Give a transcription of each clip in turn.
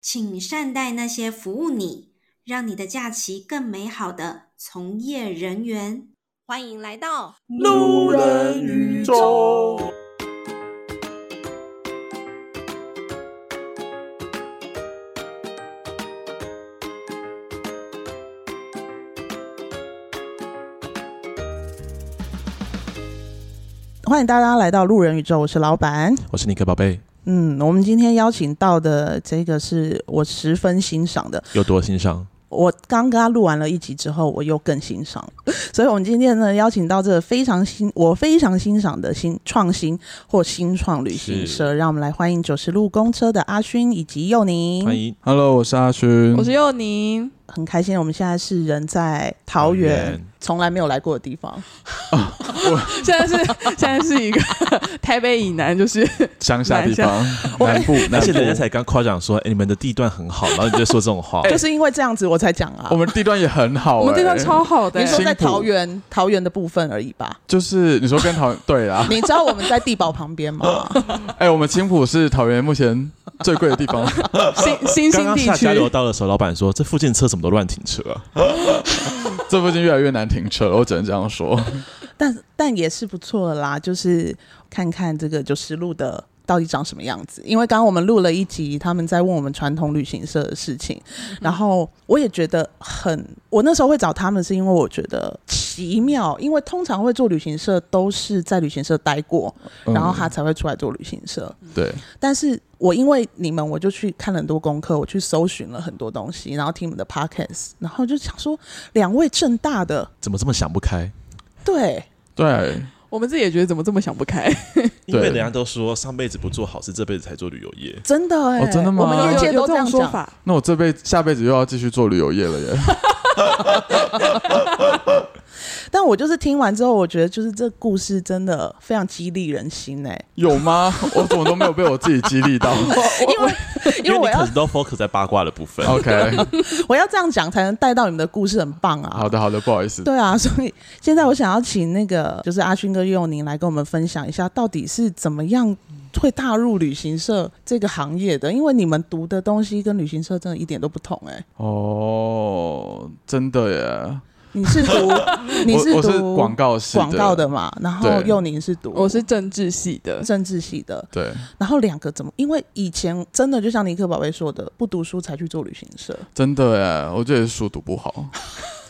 请善待那些服务你、让你的假期更美好的从业人员。欢迎来到路人宇宙。欢迎大家来到路人宇宙，我是老板。我是尼克宝贝，嗯，我们今天邀请到的这个是我十分欣赏的。有多欣 赏？我刚跟他录完了一集之后，我又更欣赏， 所以我们今天呢邀请到这个非常欣我非常欣赏的新创新或新创旅行社，让我们来欢迎九十路公车的阿勋以及佑宁。欢迎 Hello，我是阿勋，我是佑宁，很开心，我们现在是人在桃桃园园，从来没有来过的地方。现在是 现在是一个 台北以南，就是乡下地方，我南部，而南且部人家才刚夸奖说，哎、你们的地段很 好，然后你就说这种话，就是因为这样子，我才讲啊。我们地段也很好、欸，我们地方超好的、你说欸。新在埔桃园，桃园的部分而已吧？就是你说跟桃对 啦， 你知道我们在地堡旁边吗？哎、我们青浦是桃园目前最贵的地方， 呃新刚新兴刚地下区交，流道的时候，老板说这附近车怎么都乱停车、啊，这附近越来越难停车了，我只能这样说。但但也是不错的啦，就是看看这个九十路的到底长什么样子。因为刚刚我们录了一集，他们在问我们传统旅行社的事情，然后我也觉得很，我那时候会找他们是因为我觉得奇妙，因为通常会做旅行社都是在旅行社待过，嗯然后他才会出来做旅行社。对，但是我因为你们，我就去看了很多功课，我去搜寻了很多东西，然后听你们的 podcast，然后就想说，两位正大的，怎么这么想不开？对，对，我们自己也觉得怎么这么想不开，因为人家都说上辈子不做好事，这辈子才做旅游业。真的哎、哦真的吗 我们有业有界有都这样种说讲，法，那我这辈下辈子又要继续做旅游业了耶。 但我就是听完之后，我觉得就是这故事真的非常激励人心 哎、有吗？我怎么都没有被我自己激励到。 因为因为因我你可要能都 focus 在八卦的部分， OK，我要这样讲才能带到你们的故事，很棒啊！好的，好的，不好意思。对啊，所以现在我想要请那个就是阿勋哥佑宁来跟我们分享一下，到底是怎么样会踏入旅行社这个行业的？因为你们读的东西跟旅行社真的一点都不同哎、 哦，真的耶，你是读你我我是读广告系广告的嘛，然后对佑宁是读我是政治系的，政治系的，对，然后两个怎么？因为以前真的就像尼克宝贝说的，不读书才去做旅行社，真的耶，我觉得书读不好。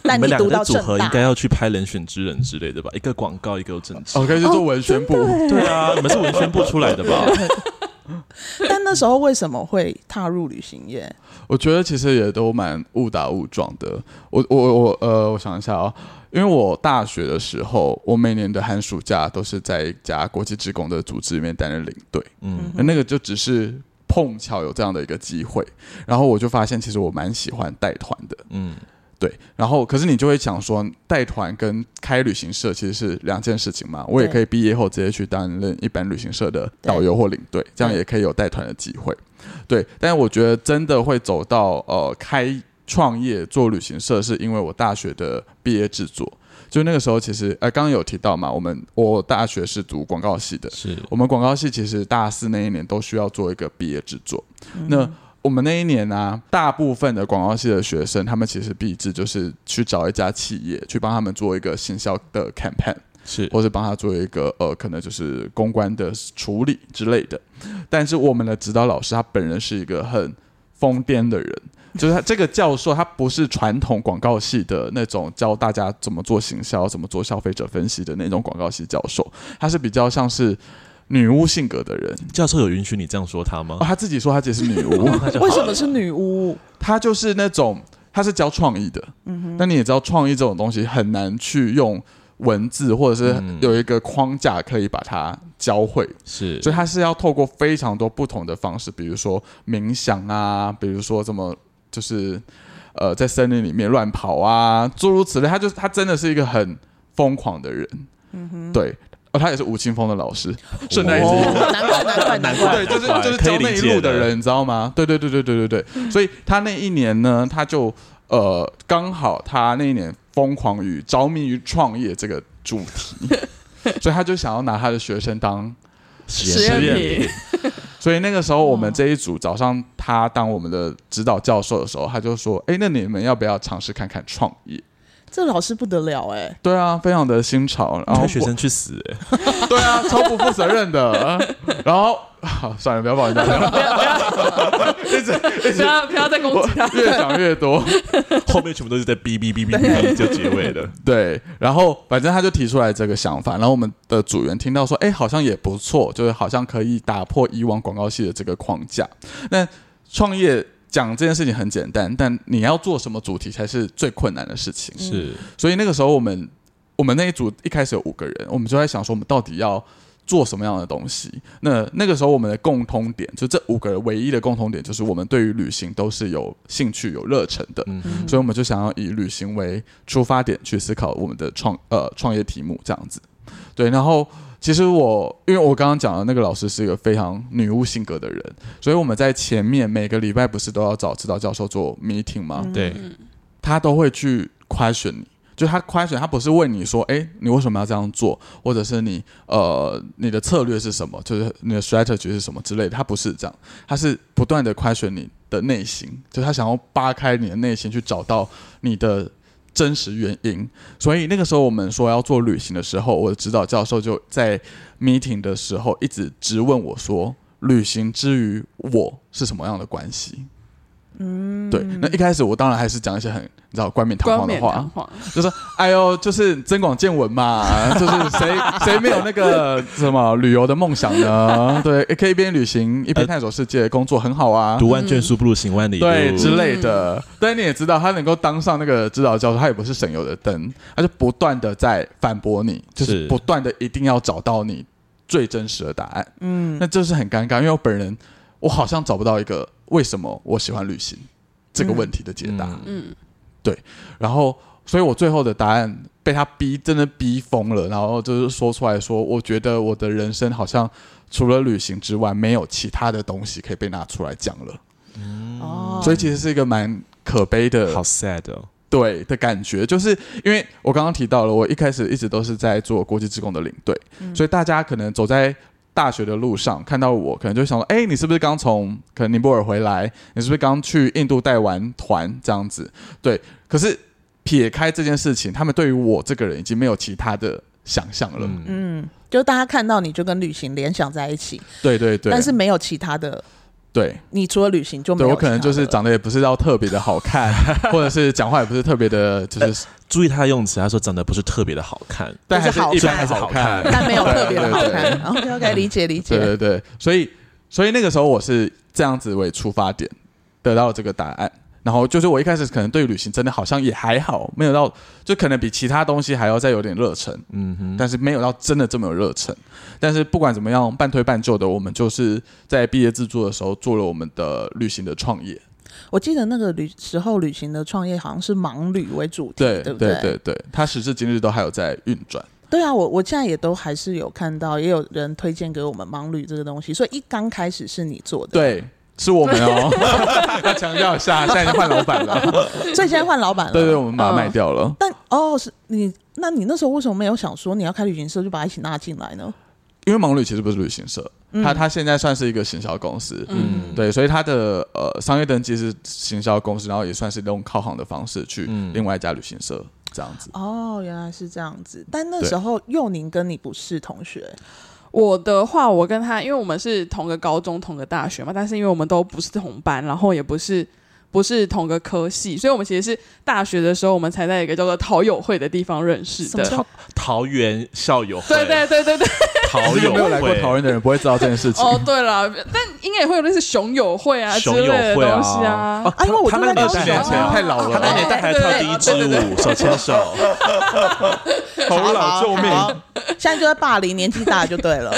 但你们两读个到的组正合应大该，要去拍《人选之人》之类的吧？一个广告，一个政治。哦，可以去做文宣部。对啊，你们是文宣部出来的 吧？但那时候为什么会踏入旅行业？我觉得其实也都蛮误打误撞的。我我我我呃，我想一下哦，因为我大学的时候，我每年的寒暑假都是在一家国际职工的组织里面担任领队，嗯，那那个就只是碰巧有这样的一个机会，然后我就发现其实我蛮喜欢带团的，嗯，对。然后可是你就会想说，带团跟开旅行社其实是两件事情嘛。我也对可以毕业后直接去担任一般旅行社的导游或领队，这样也可以有带团的机会。对，但是我觉得真的会走到呃开创业做旅行社，是因为我大学的毕业制作。就那个时候，其实呃，刚刚有提到嘛，我们我大学是读广告系的，是我们广告系其实大四那一年都需要做一个毕业制作。那我们那一年呢、大部分的广告系的学生，他们其实毕制就是去找一家企业去帮他们做一个行销的 campaign，是，或是帮他做一个呃，可能就是公关的处理之类的。但是我们的指导老师他本人是一个很疯癫的人，就是他这个教授他不是传统广告系的那种教大家怎么做行销、怎么做消费者分析的那种广告系教授，他是比较像是女巫性格的人。教授有允许你这样说他哦，吗？他自己说他自己是女巫，哦为什么是女巫？他就是那种他是教创意的，嗯但你也知道创意这种东西很难去用文字或者是嗯有一个框架可以把它教会， 是所以他是要透过非常多不同的方式，比如说冥想啊，比如说怎么就是呃在森林里面乱跑啊，诸如此类。他就是他真的是一个很疯狂的人，嗯哼，对。哦，他也是吴青峰的老师，顺带一提，哦，难怪难怪难怪，对，就是难怪就是可以教那理一解路的的人，你知道吗？对对对对对对对，所以他那一年呢，他就呃刚好他那一年疯狂于着迷于创业这个主 题，所以他就想要拿他的学生当，实实验验品品，所以那个时候我们这一组早上他当我们的指导教授的时候，他就说：“哎，那你们要不要尝试看看创业这老师不得了哎、？”对啊，非常的新潮，然后带学生去死、欸， 我对啊，超不负责任的。然后好，算了，不要抱怨他了， 不要不要一直一不直要不要再攻我击他。越讲越多。后面全部都是在哔哔哔哔哔就结尾了。对，然后反正他就提出来这个想法，然后我们的组员听到说，哎，好像也不错，就是好像可以打破以往广告系的这个框架。那创业讲这件事情很简单，但你要做什么主题才是最困难的事情。是，所以那个时候我们我们那一组一开始有五个人，我们就在想说我们到底要做什么样的东西。那那个时候我们的共通点，就这五个人唯一的共通点就是我们对于旅行都是有兴趣、有热忱的，嗯所以我们就想要以旅行为出发点去思考我们的创呃创业题目这样子。对，然后。其实我，因为我刚刚讲的那个老师是一个非常女巫性格的人，所以我们在前面每个礼拜不是都要找指导教授做 meeting 吗？对，他都会去 question 你，就他 question，他不是问你说，哎、你为什么要这样做，或者是你呃你的策略是什么，就是你的 strategy 是什么之类的，他不是这样，他是不断的 question 你的内心，就他想要扒开你的内心去找到你的。真实原因，所以那个时候我们说要做旅行的时候，我的指导教授就在 meeting 的时候一直直问我说，旅行之于我是什么样的关系？嗯，对。那一开始我当然还是讲一些很你知道冠冕堂冠皇的冕话，堂皇，就是哎呦，就是增广见闻嘛， 就是谁谁没有那个什么旅游的梦想呢？对，也可以一边旅行一边探索世界，工作很好啊。读万卷书不如行万里路，嗯对之类的，但你也知道，他能够当上那个指导教授，他也不是省油的灯，他就不断的在反驳你，就是是不断的一定要找到你最真实的答案。嗯，那这是很尴尬，因为我本人我好像找不到一个为什么我喜欢旅行这个问题的解答。嗯，然后，所以我最后的答案被他逼，真的逼疯了。然后就是说出来说，我觉得我的人生好像除了旅行之外，没有其他的东西可以被拿出来讲了。嗯哦所以其实是一个蛮可悲的，好 sad 哦。对的感觉，就是因为我刚刚提到了，我一开始一直都是在做国际职工的领队，嗯所以大家可能走在大学的路上看到我，可能就会想说，哎、你是不是刚从可能尼泊尔回来？你是不是刚去印度带完团这样子？对，可是撇开这件事情，他们对于我这个人已经没有其他的想象了。嗯，嗯，就大家看到你就跟旅行联想在一起，对对对，但是没有其他的，对。你除了旅行就没对有我其他可的能就是长得也不是要特别的好 看，或者是讲话也不是特别的，就是注意他的用词，他说长得不是特别的好看，但还呃就是好一般看还是好看，但没有特别的好对对对嗯看。OK OK，理解理对解。对对，所以所以那个时候我是这样子为出发点得到这个答案，然后就是我一开始可能对旅行真的好像也还好，没有到就可能比其他东西还要再有点热忱，嗯哼，但是没有到真的这么有热忱。但是不管怎么样，半推半就的，我们就是在毕业制作的时候做了我们的旅行的创业。我记得那个旅时候旅行的创业好像是盲旅为主题，对对不对对对，它时至今日都还有在运转。对啊，我我现在也都还是有看到，也有人推荐给我们盲旅这个东西，所以一刚开始是你做的，对，是我们哦， 要强调一下，现在已经换老板了。对，所以现在换老板 了，对对，我们把它卖嗯。掉了。但哦，是你，那你那时候为什么没有想说你要开旅行社，就把它一起纳进来呢？因为盲旅其实不是旅行社，它它现在算是一个行销公司，嗯对，所以它的呃商业登记是行销公司，然后也算是用靠行的方式去嗯另外一家旅行社这样子。哦，原来是这样子。但那对时候佑宁跟你不是同学，我的话，我跟他，因为我们是同个高中、同个大学嘛，但是因为我们都不是同班，然后也不是不是同个科系，所以我们其实是大学的时候，我们才在一个叫做陶友会的地方认识什么的。桃桃园校友会，对对对对对。桃有友没有来过会，桃园的人不会知道这件事情。哦，对了，但应该也会有类似熊友会啊之熊类友的会东西啊。哦啊因为我他就那个在年高十年雄代前啊太老他那了，年代还跳第一支舞，手牵手，好老，救好命！啊现在就在霸凌，年纪大就 对了。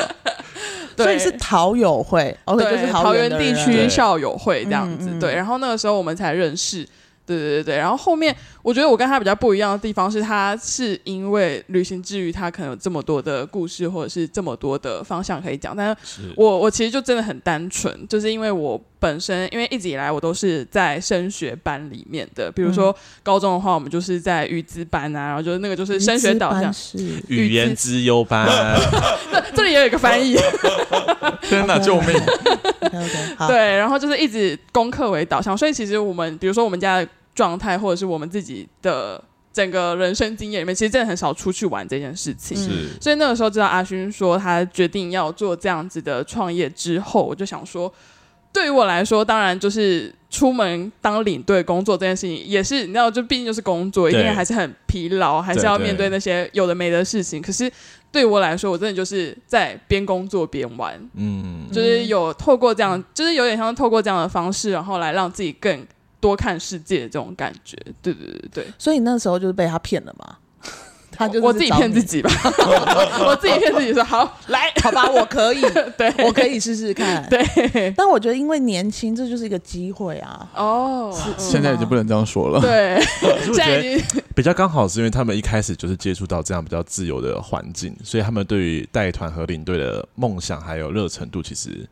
对所以是桃友会，OK，就哦对，是桃园园地的人区对校友会这样子嗯嗯，对。然后那个时候我们才认识，对对对对，然后后面我觉得我跟他比较不一样的地方是，他是因为旅行之余，他可能有这么多的故事或者是这么多的方向可以讲，但是是我我其实就真的很单纯，就是因为我本身因为一直以来我都是在升学班里面的，比如嗯说高中的话，我们就是在语资班啊，然后就是那个就是升学导向，是语言之优班，这 这里也有一个 翻译，天哪，救命！ OK OK 好，对，然后就是一直功课为导向，所以其实我们比如说我们家的状态，或者是我们自己的整个人生经验里面，其实真的很少出去玩这件事情。是所以那个时候知道阿勋说他决定要做这样子的创业之后，我就想说，对于我来说，当然就是出门当领队工作这件事情，也是你知道，就毕竟就是工作，一对定还是很疲劳，还是要对对面对那些有的没的事情。可是对我来说，我真的就是在边工作边玩，嗯，就是有透过这样，就是有点像透过这样的方式，然后来让自己更多看世界这种感觉。对对对对，所以那时候就是被他骗了 嘛，他就是我自己找骗你自，己吧， 我自己骗自己说好来，好吧，我可以， 对，我可以试试看。对，但我觉得因为年轻，这就是一个机会啊。哦，现在已经不能这样说了。对，可是我现在觉已得经比较刚好是因为他们一开始就是接触到这样比较自由的环境，所以他们对于带团和领队的梦想还有热程度，其实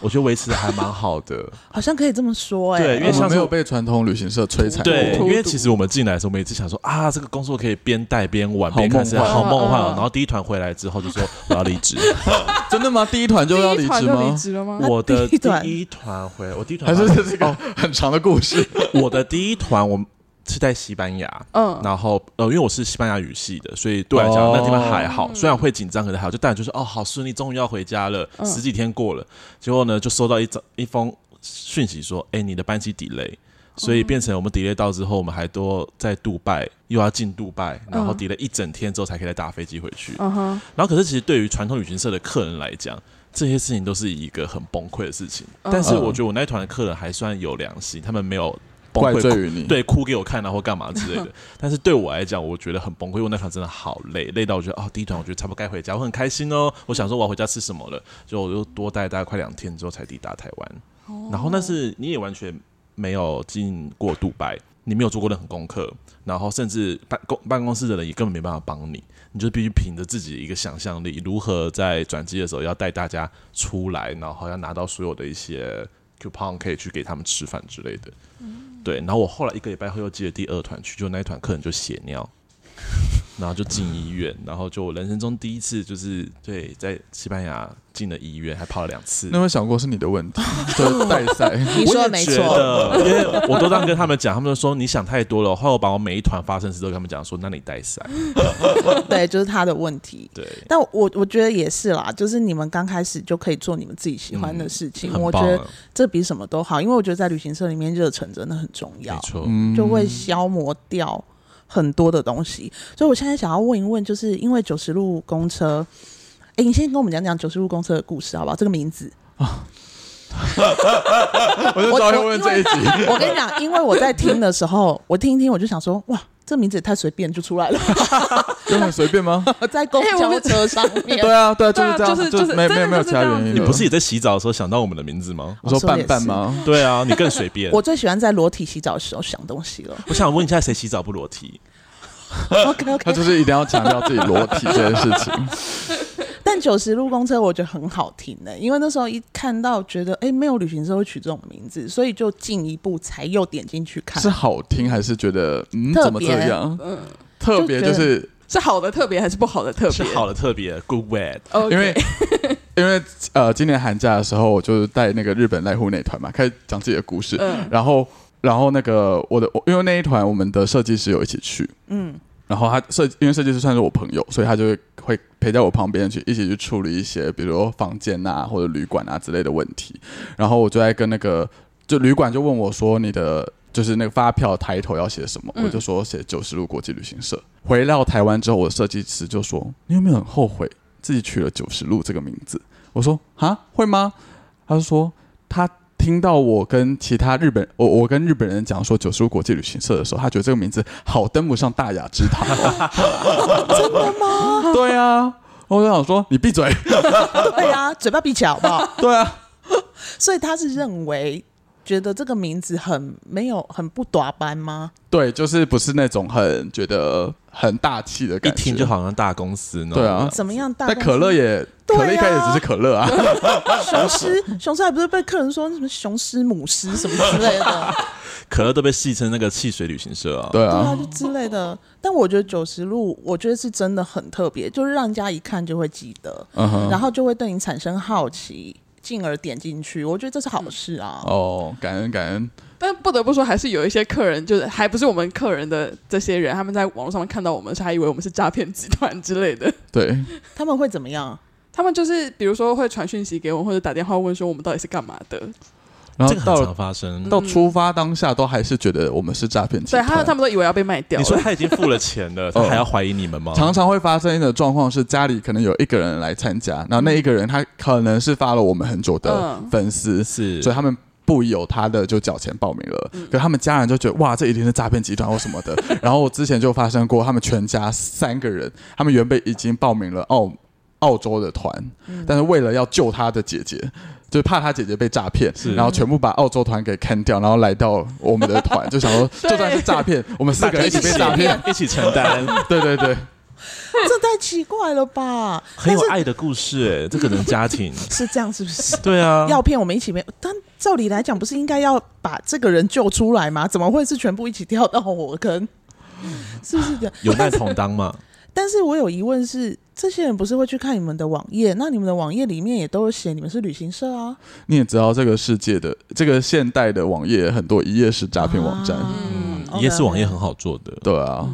我觉得维持的还蛮好的。好像可以这么说哎、对因为我像们是没有被传统旅行社摧残过，对，荼因为毒其实我们进来的时候，我们一直想说啊，这个工作可以边带边玩，好边看是梦幻好梦幻哦。嗯嗯然后第一团回来之后就说我要离职，真的吗？第一团就要第离一职团就离吗？职了吗？嗯我的第一团第一团回来，我第一团还是这是一个很长的故事？我的第一团我是在西班牙，嗯，然后呃，因为我是西班牙语系的，所以对我来讲、哦那地方还好，虽然会紧张，可是还好，就当然就是哦，好顺利，终于要回家了，嗯十几天过了，结果呢就收到一张一封讯息说，哎，你的班机 delay。所以变成我们 delay 到之后，我们还多在杜拜又要进杜拜，然后 delay 一整天之后才可以再搭飞机回去。嗯哼，然后可是其实对于传统旅行社的客人来讲，这些事情都是一个很崩溃的事情。嗯但是我觉得我那一团的客人还算有良心，他们没有 崩怪溃罪于你，，对，哭给我看啊，或干嘛之类的。但是对我来讲，我觉得很崩溃，因为那团真的好累，累到我觉得哦，第一团我觉得差不多该回家，我很开心哦，我想说我要回家吃什么了，就我就多待大概快两天之后才抵达台湾。然后那是你也完全没有进过杜拜，你没有做过任何功课，然后甚至办公办公室的人也根本没办法帮你，你就必须凭着自己的一个想象力，如何在转机的时候要带大家出来，然后要拿到所有的一些 coupon 可以去给他们吃饭之类的。对，然后我后来一个礼拜后又接了第二团去，就那一团客人就血尿， 然后就进医院，然后就我人生中第一次就是对在西班牙进了医院，还泡了两次。你有没有想过是你的问 题？就是带赛，你说的没我也觉错，得，因为我都这样跟他们讲，他们都说你想太多了。后来我把我每一团发生的事都跟他们讲说，那你带伞。对，就是他的问题。对，但我我觉得也是啦，就是你们刚开始就可以做你们自己喜欢的事情，很我觉棒啊得这比什么都好，因为我觉得在旅行社里面热忱真的很重要没。错，嗯就会消磨掉很多的东西。所以我现在想要问一问，就是因为九十路公车，哎、你先跟我们讲讲九十路公车的故事，好不好？这个名字， 我就知道会问这一 集。我跟你讲，因为我在听的时候，我听一听，我就想说，哇，这名字也太随便就出来了， 就很随便吗？在公哎我交们车上面。对啊，对啊，就对啊是这样，就是就是没没真的有没有就是其他这样原因子你了。不是也在洗澡的时候想到我们的名字吗？我说我说也半半是 吗？对啊，你更随便。我我最喜欢在裸体洗澡的时候想东西 了。我想问一下，谁洗澡不裸体？ OK 他 OK，就是一定要强调自己裸体这件事 情。但九十路公车我觉得很好听呢、因为那时候一看到觉得哎、诶没有旅行社会取这种名字，所以就进一步才又点进去看是。啊好听还是觉得嗯特别怎嗯么这样？特别就觉就得是是好的特别还是不好的特是别？好的特别，good wet。 OK，因为 因为呃，今年寒假的时候，我就是带那个日本濑户那团嘛，开始讲自己的故事，嗯然后然后那个我的我因为那一团我们的设计师有一起去，嗯，然后他设因为设计师算是我朋友，所以他就会会陪在我旁边去一起去处理一些，比如说房间啊或者旅馆啊之类的问题。然后我就在跟那个就旅馆就问我说你的就是那个发票抬头要写什么，嗯我就说写九十路国际旅行社。回到台湾之后，我的设计师就说你有没有很后悔自己取了九十路这个名字？我说啊会吗？他就说他。听到我跟其他日本，我我跟日本人讲说九十路国际旅行社的时候，他觉得这个名字好登不上大雅之堂。 真的 吗？对啊，我就想说你闭嘴。 对啊，嘴巴闭起来好不好？对啊，所以他是认为觉得这个名字很没有很不短班吗？对，就是不是那种很觉得很大气的一感觉，听就。好像大公司呢。对啊怎么样大但公司？可乐也，对啊可乐一开始只是可乐 啊，雄狮，雄狮哎还不是被客人说什么雄狮、母狮什么之类 的，啊可乐都被戏称那个汽水旅行社啊。对对啊啊，，就之类的。但我觉得九十路，我觉得是真的很特别，就是让人家一看就会记得，嗯哼，然后就会对你产生好奇，进而点进去。我觉得这是好事啊。哦，感恩感恩，但不得不说，还是有一些客人，就是还不是我们客人的这些人，他们在网络上面看到我们，是还以为我们是诈骗集团之类的。对，他们会怎么样？他们就是比如说会传讯息给我们，或者打电话问说我们到底是干嘛的。然后这个啊到很常了发生。嗯到出发当下都还是觉得我们是诈骗集对，团，他他们都以为要被卖掉你说了。他已经付了钱了，他还要怀疑你们吗？常常会发生的状况是，家里可能有一个人来参加，然后那一个人他可能是发了我们很久的嗯粉丝，是嗯所以他们。不由他的就缴钱报名了，可他们家人就觉得哇，这一定是诈骗集团或什么 的。然后我之前就发生过，他们全家三个人，他们原本已经报名了澳澳洲的团，嗯但是为了要救他的姐姐，就怕他姐姐被诈骗，是然后全部把澳洲团给砍掉，然后来到我们的团，就想说 对就算是诈骗，我们四个人一起被诈 骗，，一起承担， 对对对。这太奇怪了吧？很有但是爱的故事哎、这个人家庭，是这样是不是？对啊，要骗我们一起没？但照理来讲，不是应该要把这个人救出来吗？怎么会是全部一起跳到火坑？嗯是不是这样？有难同当嘛，但是我有疑问是，这些人不是会去看你们的网页？那你们的网页里面也都有写你们是旅行社啊？你也知道，这个世界的这个现代的网页很多一页式诈骗网站，啊嗯， OK，夜市网页很好做的，对啊，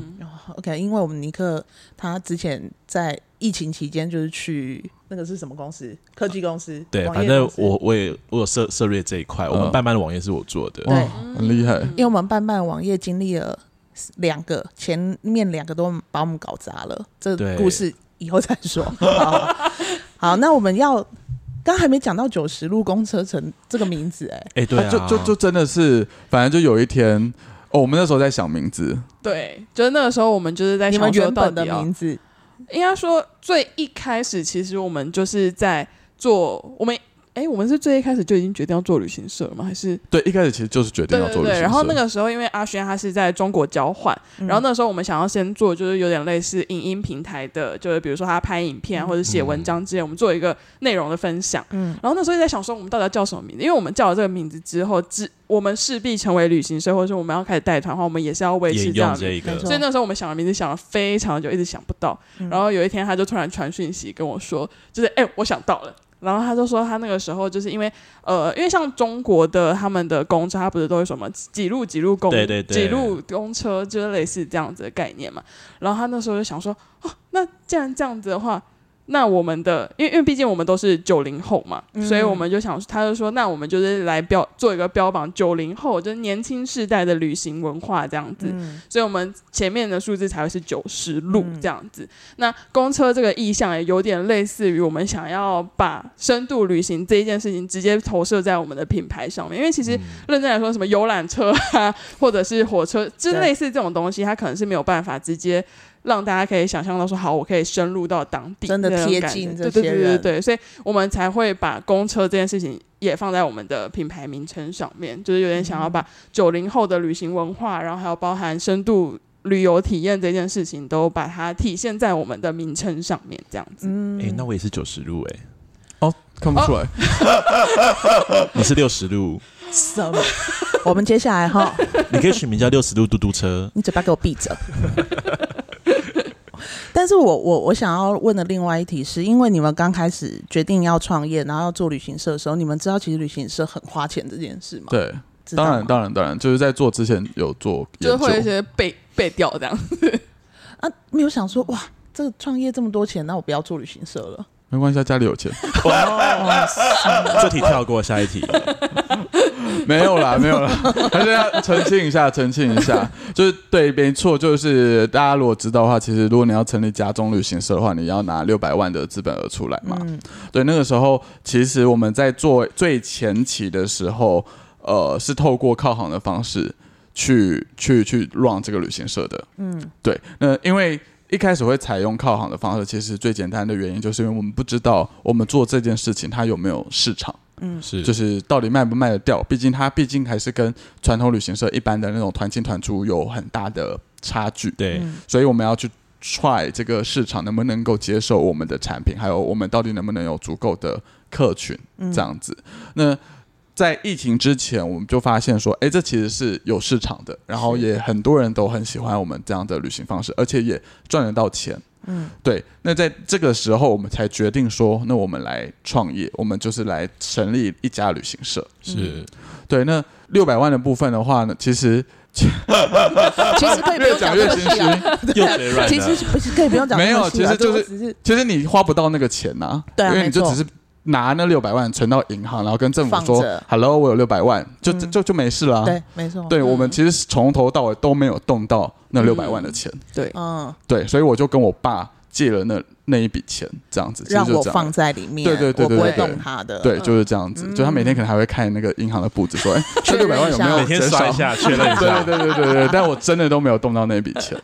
OK，因为我们尼克他之前在疫情期间就是去那个是什么公司？科技公司？对，网反页正公司我我也我有涉涉猎这一块，我们嗯半班的网页是我做嗯的，哇对，很厉害。因为我们办办网页经历了两个，前面两个都把我们搞砸了。这对故事以后再说。 好，好那我们要刚还没讲到九十路公车城这个名字、哎，哎、对啊，他就就就真的是，反正就有一天，哦，我们那时候在想名字，对，就是那个时候我们就是在你想们说原到本底啊的要名字应该说最一开始，其实我们就是在做我们。哎，我们是最一开始就已经决定要做旅行社吗？还是对，一开始其实就是决定对要对做旅行对？社然后那个时候，因为阿轩他是在中国交换，然后那时候我们想要先做，就是有点类似影音平台的，就是比如说他拍影片啊或者写文章之类，我们做一个内容的分享。嗯，然后那时候就在想说，我们到底要叫什么名字？因为我们叫了这个名字之后，之我们势必成为旅行社，或者是我们要开始带团的话，我们也是要维也持这样用的这一个没，错所以那时候我们想的名字想了非常久，一直想不到。嗯然后有一天他就突然传讯息跟我说，就是哎、我想到了。然后他就说他那个时候就是因为呃，因为像中国的他们的公车，它不是都会什么几路几路公对对对几路公车，就是类似这样子的概念嘛。然后他那时候就想说，哦，那既然这样子的话。那我们的，因为因为毕竟我们都是九零后嘛，嗯所以我们就想，他就说，那我们就是来标做一个标榜九零后，就是年轻世代的旅行文化这样子。所以我们前面的数字才会是九十路这样子。那公车这个意向也有点类似于我们想要把深度旅行这一件事情直接投射在我们的品牌上面，因为其实认真来说，什么游览车啊，或者是火车，就对类似这种东西，它可能是没有办法直接。让大家可以想象到说，好，我可以深入到当地，真的那种贴感觉近对这些对对对对人对，所以我们才会把公车这件事情也放在我们的品牌名称上面，就是有点想要把九零后的旅行文化，然后还有包含深度旅游体验这件事情，都把它体现在我们的名称上面，这样子。哎、嗯那我也是九十路哎、哦，看不出来，你是六十路，什么？ 我们接下来哈，你可以取名叫六十路嘟嘟车，你嘴巴给我闭着。 但是我我我想要问的另外一题是，因为你们刚开始决定要创业，然后要做旅行社的时候，你们知道其实旅行社很花钱这件事吗？，对，当然然当然当然，就是在做之前有做就是研会有一究，些背背调这样，啊，没有想说哇，这个创业这么多钱，那我不要做旅行社 了。没关系啊，家里有钱，这题跳过下一题， 没有啦，没有啦，还是要澄清一下，澄清一下， 就是对，没错，就是大家如果知道的话，其实如果你要成立家中旅行社的话，你要拿六百万的资本额出来嘛。对，那个时候其实我们在做最前期的时候，呃，是透过靠行的方式去去去 run 这个旅行社的。嗯，对，那因为。一开始会采用靠行的方式，其实最简单的原因就是因为我们不知道我们做这件事情它有没有市场。嗯， 是就是到底卖不卖得掉？毕竟它毕竟还是跟传统旅行社一般的那种团进团出有很大的差距，对，嗯所以我们要去 try 这个市场能不能够接受我们的产品，还有我们到底能不能有足够的客群嗯这样子。那在疫情之前，我们就发现说，哎，这其实是有市场的，然后也很多人都很喜欢我们这样的旅行方式，而且也赚得到钱。嗯，对，那在这个时候，我们才决定说，那我们来创业，我们就是来成立一家旅行社。是嗯对，那六百万的部分的话呢，其实其实哎可以不越用讲讲越这心么细虚啊。。又嘴软其实了。是不是可以不用讲没那有么细其啊？实就是我只是其实你花不到那个钱呐、对啊因为你就没错只是拿那六百万存到银行，然后跟政府放说着：“Hello，我有六百万，就、嗯就就没事啦。对，嗯没错，啊对，我们其实从头到尾都没有动到那六百万的钱，对，嗯，对，所以我就跟我爸借了那那一笔钱，这样子，其实让就我这样放嗯在里面，对对对对我不会对对动它的，对，就是这样子，就他每天可能还会看那个银行的簿子，说：“ 哎，这确六认百一万有没有下 每天减刷少一下，确认一对下，对对对对，但我真的都没有动到那笔 钱。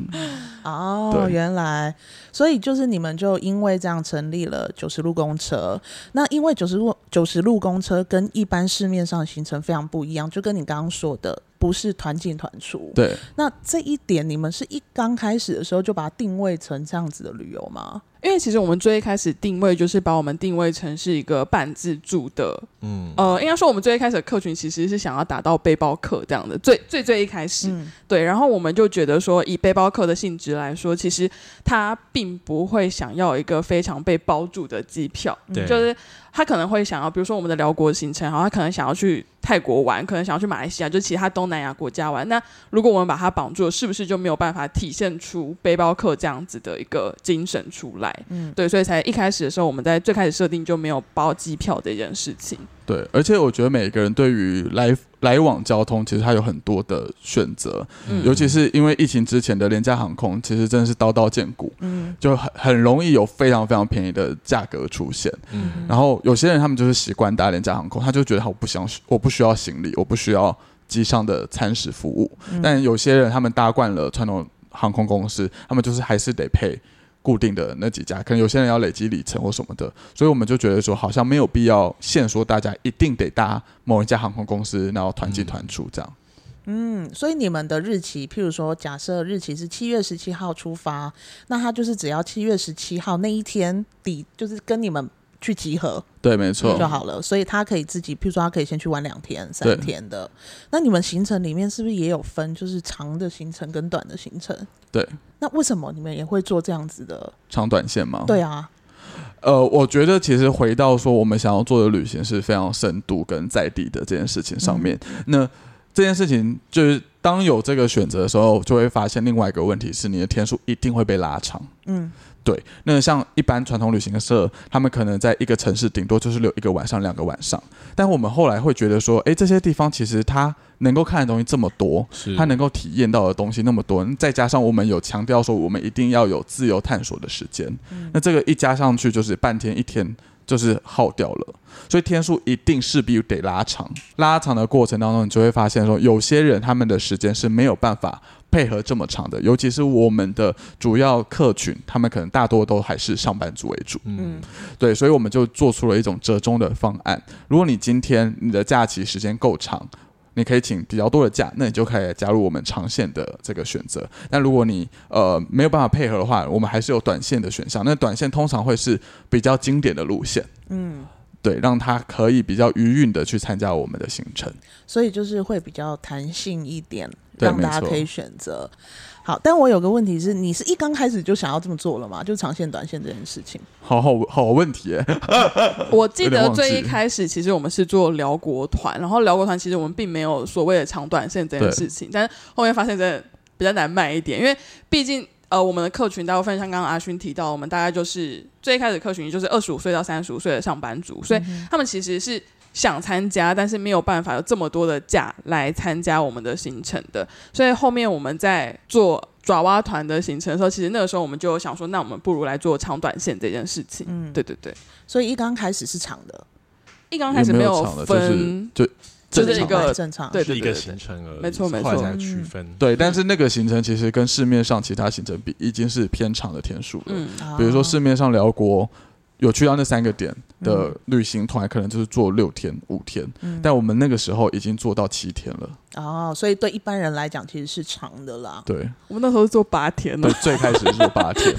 哦，对原来，所以就是你们就因为这样成立了九十路公车。那因为九十路九十路公车跟一般市面上的行程非常不一样，就跟你刚刚说的，不是团进团出。对，那这一点，你们是一刚开始的时候就把它定位成这样子的旅游吗？ 因为其实我们最一开始定位就是把我们定位成是一个半自助的，嗯，呃，应该说我们最一开始的客群其实是想要打到背包客这样的，最最最一开始，嗯对，然后我们就觉得说，以背包客的性质来说，其实他并不会想要一个非常被包住的机票，对就是他可能会想要，比如说我们的辽国行程，然后他可能想要去泰国玩，可能想要去马来西亚，就其他东南亚国家玩。那如果我们把它绑住了，是不是就没有办法体现出背包客这样子的一个精神出来？嗯对，所以才一开始的时候，我们在最开始设定就没有包机票这件事情。对，而且我觉得每个人对于来来往交通，其实他有很多的选择，嗯尤其是因为疫情之前的廉价航空，其实真的是刀刀见骨，嗯就很很容易有非常非常便宜的价格出现。嗯然后有些人他们就是习惯搭廉价航空，他就觉得他我不想我不需要行李，我不需要机上的餐食服务。但有些人他们搭惯了传统航空公司，他们就是还是得配固定的那几家，可能有些人要累积里程或什么的，所以我们就觉得说好像没有必要限说大家一定得搭某一家航空公司，然后团进团出这样。嗯，所以你们的日期，譬如说，假设日期是七月十七号出发，那他就是只要七月十七号那一天抵，就是跟你们去集合，对，没错。就好了，所以他可以自己，譬如说他可以先去玩两天、对三天的。那你们行程里面是不是也有分，就是长的行程跟短的行程？对。那为什么你们也会做这样子的？长短线嘛，对啊，呃，我觉得其实回到说我们想要做的旅行是非常深度跟在地的这件事情上面。嗯那这件事情就是当有这个选择的时候，就会发现另外一个问题是，你的天数一定会被拉长。嗯对，那像一般传统旅行社，他们可能在一个城市顶多就是留一个晚上、两个晚上，但我们后来会觉得说，诶，这些地方其实它能够看的东西这么多，是它能够体验到的东西那么多，再加上我们有强调说，我们一定要有自由探索的时间，嗯那这个一加上去就是半天一天。就是耗掉了，所以天数一定势必得拉长。拉长的过程当中，你就会发现说，有些人他们的时间是没有办法配合这么长的，尤其是我们的主要客群，他们可能大多都还是上班族为主。嗯嗯对，所以我们就做出了一种折中的方案。如果你今天你的假期时间够长，你可以请比较多的假，那你就可以加入我们长线的这个选择。但如果你呃没有办法配合的话，我们还是有短线的选项。那短线通常会是比较经典的路线，嗯，对，让它可以比较余韵的去参加我们的行程。所以就是会比较弹性一点，对让没大家错可以选择。好，但我有个问题是，你是一刚开始就想要这么做了吗？就长线、短线这件事情？好好好问题耶、我记有点得忘记最一开始，其实我们是做辽国团，然后辽国团其实我们并没有所谓的长短线这件事情，但是后面发现真的比较难卖一点，因为毕竟呃，我们的客群大部分像刚刚阿勋提到，我们大概就是最一开始客群就是二十五岁到三十五岁的上班族，所以他们其实是想参加，但是没有办法有这么多的假来参加我们的行程的。所以后面我们在做爪哇团的行程的时候，其实那个时候我们就有想说，那我们不如来做长短线这件事情。嗯对对对。所以一刚开始是长的，一刚开始没有分，就就正是常一的个正常，对是对一对个对行程而已，没错没错后来嗯才区分。对，但是那个行程其实跟市面上其他行程比，已经是偏长的天数了。嗯，啊比如说市面上辽国有去到那三个点的旅行团，可能就是做六天、五天，但我们那个时候已经做到七天了。哦，所以对一般人来讲其实是长的啦。对，我们那时候做八天呢对，，最开始是做八天，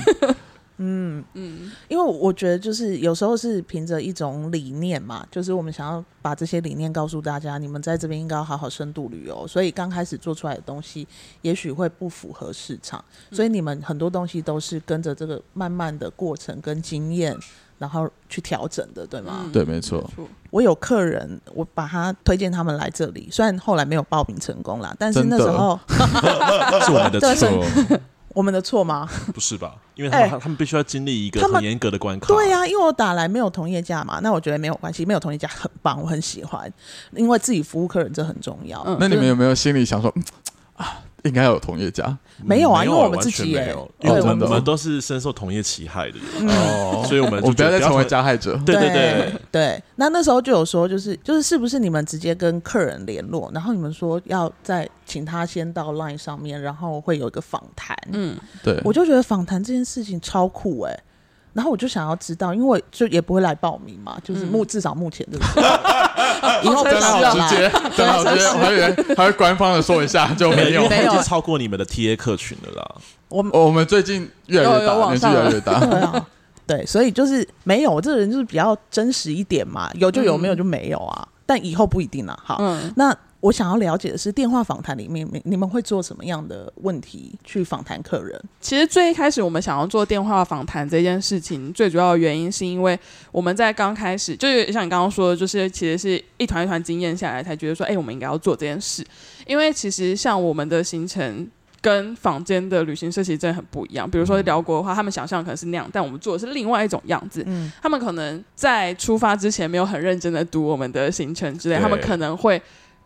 嗯，嗯，因为我觉得就是有时候是凭着一种理念嘛，就是我们想要把这些理念告诉大家，你们在这边应该要好好深度旅游，所以刚开始做出来的东西也许会不符合市场，嗯所以你们很多东西都是跟着这个慢慢的过程跟经验，然后去调整的，对吗？嗯对，没错，我有客人，我把他推荐他们来这里，虽然后来没有报名成功啦，但是真那的时候是我们的对错，我们的错吗？不是吧？因为他们、哎他们必须要经历一个他们很严格的关卡。对呀、啊因为我打来没有同业价嘛，那我觉得没有关系，没有同业价很棒，我很喜欢，因为自己服务客人这很重要。嗯那你们有没有心里想说，嗯啊，应该要有同业价？没有啊因为我们完自全己嗯没耶有，对因为我我们们都是深受同业其害的人，嗯哦所以哦我们我就不要再觉得成为同加害者。对对对对，对那那时候就有说，就是就是是不是你们直接跟客人联络，然后你们说要再请他先到 LINE 上面，然后会有一个访谈。嗯，对，我就觉得访谈这件事情超酷哎、然后我就想要知道，因为我就也不会来报名嘛，就是目、至少目前这个 时候， 以后不真的要嗯好直接来。，真的好直接，我还以为还会官方的说一下就没没有有，哦因。为没有我们已经超过你们的 TA 客群了啦。我们我们最近越来越有有大，往年纪上越来了越大。对啊，对，所以就是没有，我这个人就是比较真实一点嘛，有就有，嗯没有就没有啊。但以后不一定了、好，嗯那我想要了解的是，电话访谈里面你你们会做什么样的问题去访谈客人？其实最一开始我们想要做电话访谈这件事情，最主要的原因是因为我们在刚开始，就是像你刚刚说的，就是其实是一团一团经验下来，才觉得说，哎、我们应该要做这件事。因为其实像我们的行程跟坊间的旅行社其实真的很不一样。比如嗯说辽国的话，他们想象可能是那样，但我们做的是另外一种样子。嗯他们可能在出发之前没有很认真的读我们的行程之类，对他们可能会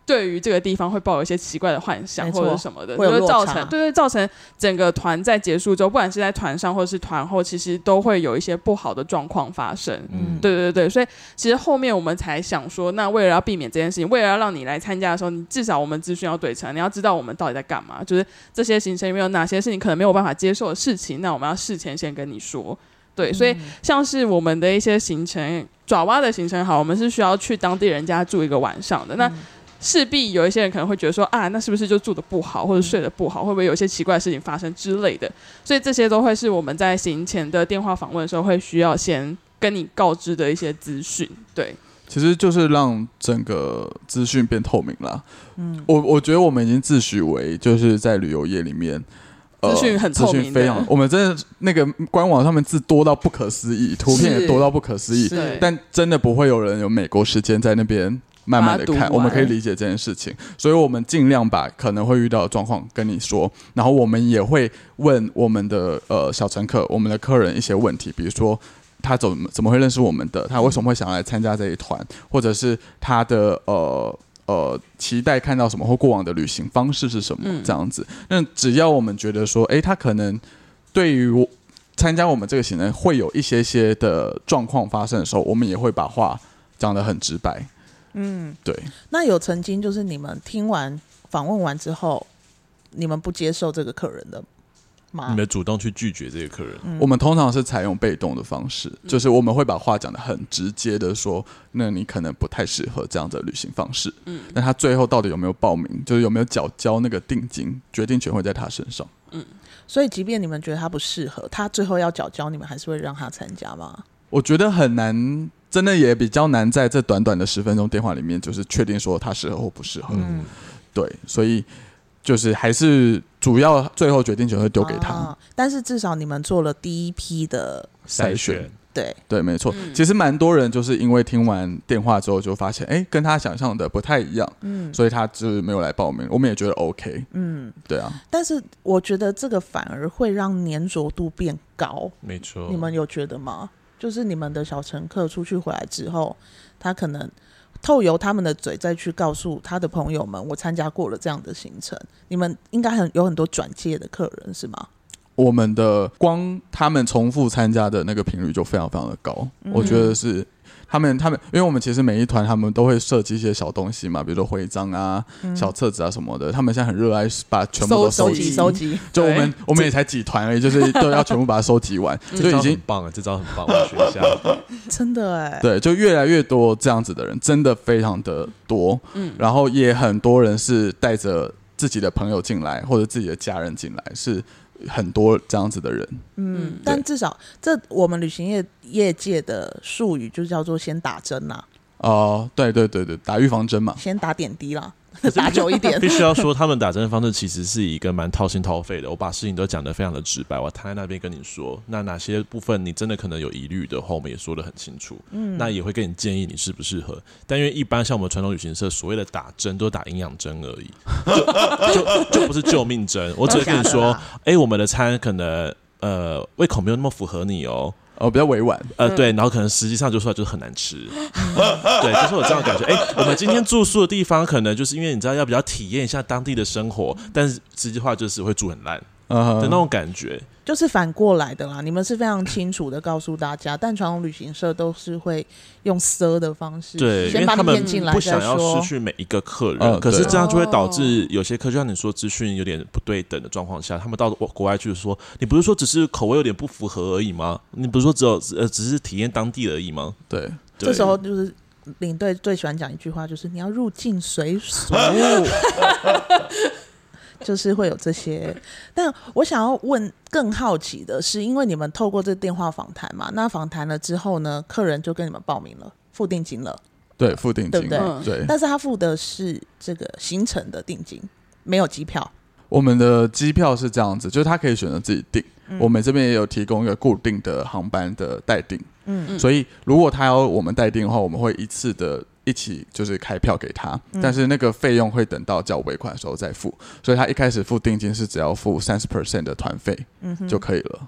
对于这个地方会抱有一些奇怪的幻想没错或者什么的，会有就落造差成对对，造成整个团在结束之后，不管是在团上或者是团后，其实都会有一些不好的状况发生。嗯，对对对，所以其实后面我们才想说，那为了要避免这件事情，为了要让你来参加的时候，你至少我们资讯要对称，你要知道我们到底在干嘛，就是这些行程里面有哪些是你可能没有办法接受的事情，那我们要事前先跟你说。对，所以像是我们的一些行程，爪哇的行程好，我们是需要去当地人家住一个晚上的。那势必有一些人可能会觉得说啊，那是不是就住的不好，或者睡得不好，会不会有一些奇怪的事情发生之类的？所以这些都会是我们在行前的电话访问的时候会需要先跟你告知的一些资讯。对，其实就是让整个资讯变透明啦。嗯，我我觉得我们已经自诩为就是在旅游业里面。呃资讯很透明的资讯非常，我们真的那个官网上面字多到不可思议，图片也多到不可思议，对但真的不会有人有美国时间在那边慢慢的把它看，读完我们可以理解这件事情，所以我们尽量把可能会遇到的状况跟你说，然后我们也会问我们的呃小乘客、我们的客人一些问题，比如说他怎么怎么会认识我们的，他为什么会想要来参加这一团，或者是他的呃。呃，期待看到什么或过往的旅行方式是什么、嗯这样子。那只要我们觉得说，诶，他可能对于我参加我们这个行程会有一些些的状况发生的时候，我们也会把话讲得很直白。嗯，对，那有曾经就是你们听完访问完之后，你们不接受这个客人的吗你？们主动去拒绝这个客人，我们通常是采用被动的方式，就是我们会把话讲得很直接的说，那你可能不太适合这样的旅行方式。嗯，那他最后到底有没有报名，就是有没有缴交那个定金，决定权会在他身上。所以即便你们觉得他不适合，他最后要缴交，你们还是会让他参加吗？我觉得很难，真的也比较难，在这短短的十分钟电话里面，就是确定说他适合或不适合。嗯，对，所以就是还是主要最后决定权会丢给他。啊但是至少你们做了第一批的，筛选对，对，没错。嗯其实蛮多人就是因为听完电话之后就发现，哎、跟他想象的不太一样，嗯。所以他就是没有来报名。我们也觉得 OK，嗯，对啊，但是我觉得这个反而会让粘着度变高，没错。哦你们有觉得吗？就是你们的小乘客出去回来之后，他可能透由他们的嘴再去告诉他的朋友们，我参加过了这样的行程。你们应该很有很多转介的客人是吗？我嗯们的光他们重复参加的那个频率就非常非常的高，我觉得是他们他们，因为我们其实每一团他们都会设计一些小东西嘛，比如说徽章啊、小册子啊什么的。他们现在很热爱把全部都收收嗯收集集收集， 就我对们我们也才几团而已，就是都要全部把它收集 完，嗯就这招已经很棒啊，这招很棒，我学 一下。真的哎、对，就越来越多这样子的人，真的非常的多。嗯，然后也很多人是带着自己的朋友进来，或者自己的家人进来，是很多这样子的人。嗯，但至少这我们旅行业业界的术语就叫做先打针啦，哦、对对对对，打预防针嘛。先打点滴啦，打久一点 必。须要说，他们打针的方式其实是一个蛮掏心掏肺的。我把事情都讲得非常的直白，我摊在那边跟你说，那哪些部分你真的可能有疑虑的话，我们也说得很清楚。嗯，那也会跟你建议你适不适合。但因为一般像我们传统旅行社所谓的打针，都是打营养针而已，就就就不是救命针。我只会跟真你的说假的啊，哎、我们的餐可能呃胃口没有那么符合你哦，哦，比较委婉，呃，嗯对，然后可能实际上就出来就是很难 吃，对，就是我这样的感觉。哎、我们今天住宿的地方，可能就是因为你知道要比较体验一下当地的生活，但是实际话就是会住很烂的嗯哼，那种感觉。就是反过来的啦，你们是非常清楚的告诉大家，但传统旅行社都是会用塞的方式，对，因先为把他你们骗进来不再想要失说。去每一个客人，嗯可是对这样就会导致有些客，就像你说资讯有点不对等的状况下，他们到国国外去说，你不是说只是口味有点不符合而已吗？你不是说只有呃只是体验当地而已吗？对，对这时候就是领队最喜欢讲一句话，就是你要入境随 俗，就是会有这些。但我想要问更好奇的是，因为你们透过这电话访谈嘛，那访谈了之后呢，客人就跟你们报名了，付定金了，对，付定对金不，对对，但是他付的是这个行程的定金，没有机票。我们的机票是这样子，就是他可以选择自己订。我们这边也有提供一个固定的航班的待定，嗯嗯所以如果他要我们待定的话，我们会一次的一起就是开票给他，但是那个费用会等到交尾款的时候再付，所以他一开始付定金是只要付三十 percent 的团费嗯哼，就可以了。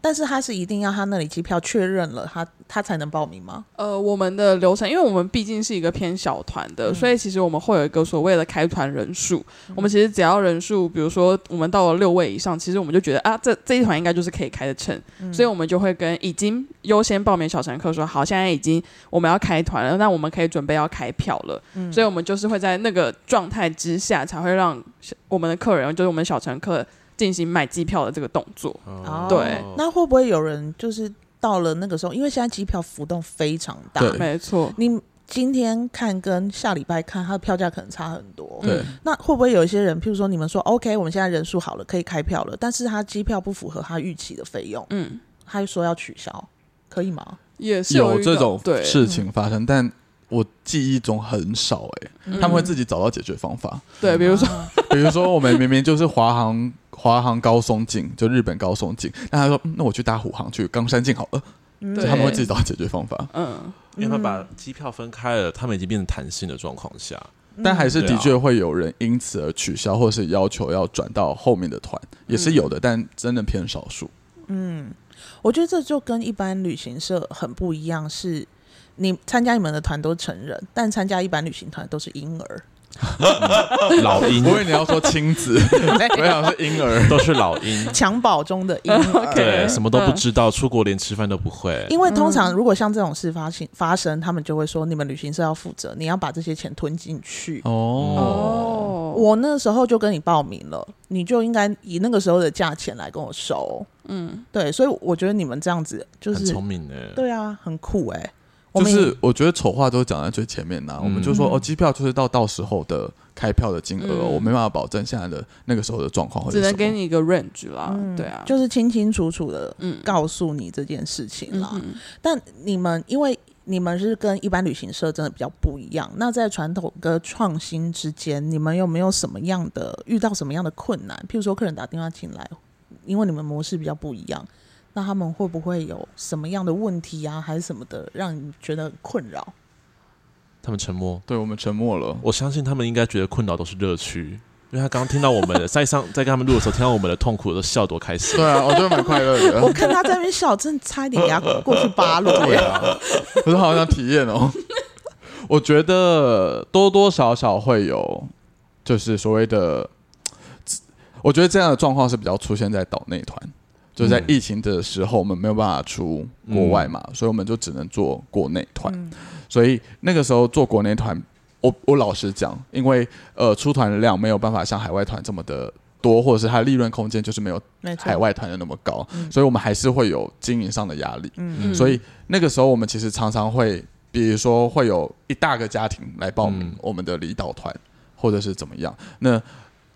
但是他是一定要他那里机票确认了，他他才能报名吗？呃，我们的流程，因为我们毕竟是一个偏小团的，所以其实我们会有一个所谓的开团人数。我们其实只要人数，比如说我们到了六位以上，其实我们就觉得啊，这这一团应该就是可以开得成，所以我们就会跟已经优先报名小乘客说，好，现在已经我们要开团了，那我们可以准备要开票了。所以我们就是会在那个状态之下，才会让我们的客人，就是我们小乘客进行买机票的这个动作。哦对那会不会有人就是到了那个时候，因为现在机票浮动非常大，对没错，你今天看跟下礼拜看，它的票价可能差很多。对，那会不会有一些人，譬如说你们说 OK，我们现在人数好了，可以开票了，但是他机票不符合他预期的费用，嗯，他说要取消，可以吗？也是有遇这到种对事情发生，但我记忆中很少哎、嗯他们会自己找到解决方法，嗯对，比如说。比如说我们明明就是华航。华航高松进就日本高松进，那他说、嗯那我去搭虎航去冈山进好了，嗯所对以他们会自己找解决方哦法，嗯，因为他把机票分开了，他们已经变成弹性的状况下，嗯但还是对的啊确会有人因此而取消，或是要求要转到后面的团，嗯也是有的，但真的偏少数。我觉得这就跟一般旅行社很不一样，是你参加你们的团都是成人，但参加一般旅行团都是婴儿。，老鹰我以为你要说亲 子，我想是婴儿。都是老鹰强保中的婴儿。 对，什么都不嗯知道，出国连吃饭都不会。因为通常如果像这种事发生发生，他们就会说你们旅行社要负责，你要把这些钱吞进去。哦，哦，我那时候就跟你报名了，你就应该以那个时候的价钱来跟我收。嗯，对，所以我觉得你们这样子就很是聪明呢，对啊，很酷哎、我就们是我觉得丑话都讲在最前面呐、嗯我们就说嗯哦，机票就是到到时候的开票的金额，嗯我没办法保证现在的那个时候的状况会哦是只什能么给你一个 range 啦，嗯对啊，就是清清楚楚的嗯告诉你这件事情嗯啦。嗯但你们因为你们是跟一般旅行社真的比较不一样，那在传统跟创新之间，你们有没有什么样的遇到什么样的困难？譬如说客人打电话进来，哦因为你们模式比较不一样，那他们会不会有什么样的问题啊，还是什么的，让你觉得很困 扰？他们沉默。对我们沉默了，我相信他们应该觉得困扰都是乐趣，因为他刚刚听到我们的在上在跟他们录的时候，听到我们的痛苦都笑多开 心对。啊，我觉得蛮快乐我的。看他在那边笑，真的差一点给他过去 扒路。对啊，我说好想体验哦。我觉得多多少少会有，就是所谓的，我觉得这样的状况是比较出现在岛内团。就在疫情的时候，我们没有办法出国外嘛，所以我们就只能做国内团。所以那个时候做国内团，我我老实讲，因为呃出团量没有办法像海外团这么的多，或者是它的利润空间就是没有没错，海外团的那么高，所以我们还是会有经营上的压力。嗯所以那个时候我们其实常常会，比如说会有一大个家庭来报名嗯我们的离岛团，或者是怎么样。那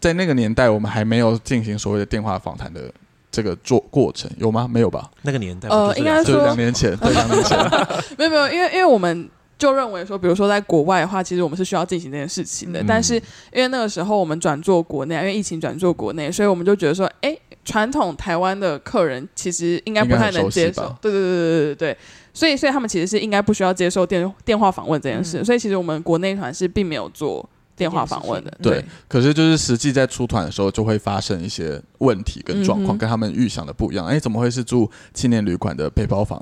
在那个年代，我们还没有进行所谓的电话访谈的这个做过程，有吗？没有吧？那个年代，我呃就是应该两他就说是两年前，对，两年前，没有没有，因为因为我们就认为说，比如说在国外的话，其实我们是需要进行这件事情的，嗯但是因为那个时候我们转做国内，因为疫情转做国内，所以我们就觉得说，哎，传统台湾的客人其实应该不太能接应该很熟悉受吧，对对对对对对对。所以，所以他们其实是应该不需要接受电电话访问这件事，所以其实我们国内团是并没有做电话访问的。嗯这件对，可是就是实际在出团的时候，就会发生一些问题跟状嗯况，哼跟他们预想的不一样。哎，怎么会是住青年旅馆的背包房？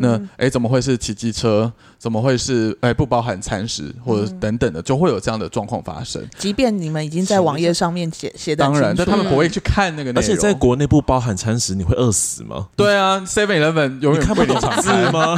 那哎，怎么会是骑机车？怎么会是哎不包含餐食或者等等的，就会有这样的状况发生。即便你们已经在网页上面写写的，当然，但他们嗯不会去看那个内容。而且在国内不包含餐食，你会饿死吗？对啊，Seven Eleven 永你远看不会离懂场字开？吗？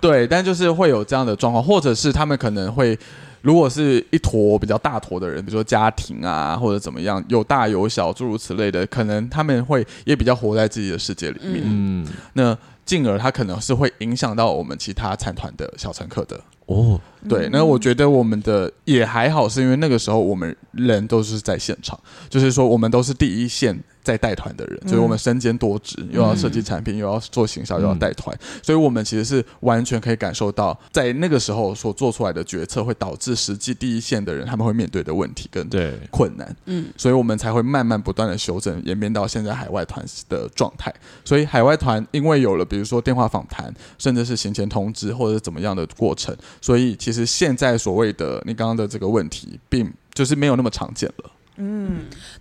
对，但就是会有这样的状况，或者是他们可能会，如果是一坨比较大坨的人，比如说家庭啊，或者怎么样，有大有小，诸如此类的，可能他们会也比较活在自己的世界里面，嗯，那进而他可能是会影响到我们其他参团的小乘客的。哦，对，那我觉得我们的也还好，是因为那个时候我们人都是在现场，就是说我们都是第一线在带团的人，所以我们身兼多职，又要设计产品，又要做行销，又要带团，所以我们其实是完全可以感受到，在那个时候所做出来的决策会导致实际第一线的人他们会面对的问题跟对，困难，嗯，所以我们才会慢慢不断的修正，演变到现在海外团的状态。所以海外团因为有了比如说电话访谈，甚至是行前通知或者是怎么样的过程，所以其实现在所谓的你刚刚的这个问题，并就是没有那么常见了。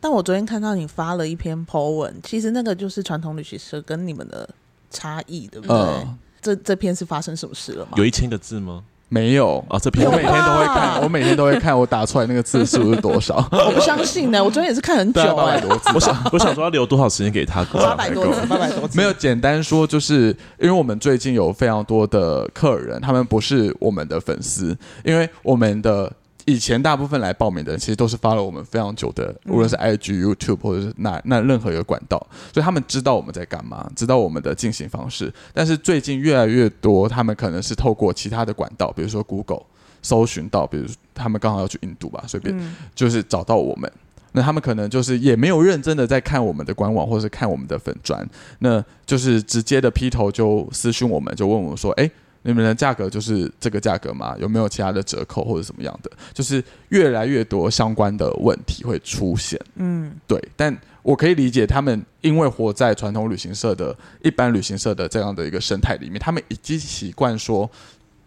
但我昨天看到你发了一篇 po 文，其实那个就是传统旅行社跟你们的差异，对不对？呃，这这篇是发生什么事了吗？有一千个字吗？没有。 啊，这篇我有吧每天都会看，我每天都 会看，我打出来那个字数是多少？我不相信呢、我昨天也是看很久大概八哎、百多 字吧。 我想，我想说要留多少时间给他？啊八百多字，八百多字，没有简单说，就是因为我们最近有非常多的客人，他们不是我们的粉丝，因为我们的以前大部分来报名的人，其实都是发了我们非常久的，嗯无论是 IG、YouTube 或者是那那任何一个管道，所以他们知道我们在干嘛，知道我们的进行方式。但是最近越来越多，他们可能是透过其他的管道，比如说 Google 搜寻到，比如他们刚好要去印度吧，随便嗯就是找到我们。那他们可能就是也没有认真的在看我们的官网，或者是看我们的粉砖，那就是直接的劈头就私讯我们，就问我们说，哎、你们的价格就是这个价格吗？有没有其他的折扣或者怎么样的？就是越来越多相关的问题会出现。嗯，对，但我可以理解他们因为活在传统旅行社的一般旅行社的这样的一个生态里面，他们已经习惯说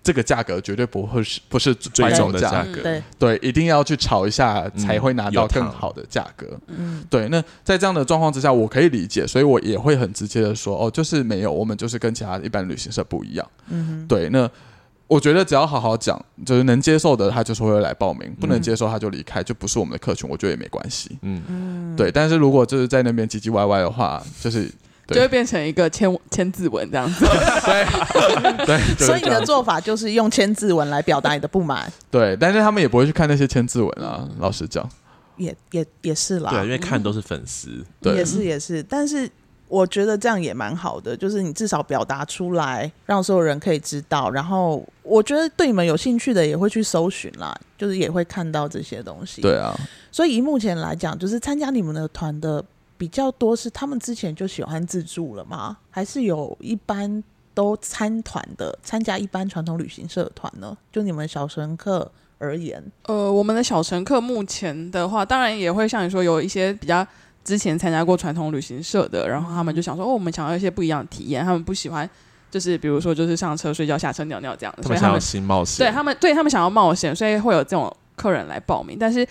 这个价格绝对不会是不是最白终手的价价嗯格，对，对，一定要去炒一下嗯才会拿到有糖更好的价格。嗯，对，那在这样的状况之下，我可以理解，所以我也会很直接的说，哦，就是没有，我们就是跟其他一般旅行社不一样。嗯对，那我觉得只要好好讲，就是能接受的他就是会来报名，不能接受他就离开，就不是我们的客群，我觉得也没关系。嗯，对，但是如果就是在那边唧唧歪歪的话，就是对就会变成一个千 千字文这样 子。对， 就是所以你这样的做法就是用千字文来表达你的不满，对，但是他们也不会去看那些千字文啊，老实讲，嗯也也也是啦，对，因为看都是粉丝，对也是也是，但是我觉得这样也蛮好的，就是你至少表达出来，让所有人可以知道。然后我觉得对你们有兴趣的也会去搜寻啦，就是也会看到这些东西。，对啊，所以以目前来讲，就是参加你们的团的比较多是他们之前就喜欢自助了吗？还是有一般都参团的，参加一般传统旅行社的团呢？就你们小乘客而言，呃，我们的小乘客目前的话，当然也会像你说有一些比较之前参加过传统旅行社的，然后他们就想说，哦，我们想要一些不一样的体验，他们不喜欢就是比如说就是上车睡觉、下车尿尿这样，他所们以他想要们新冒险，对他们对他们想要冒险，所以会有这种客人来报名，但是。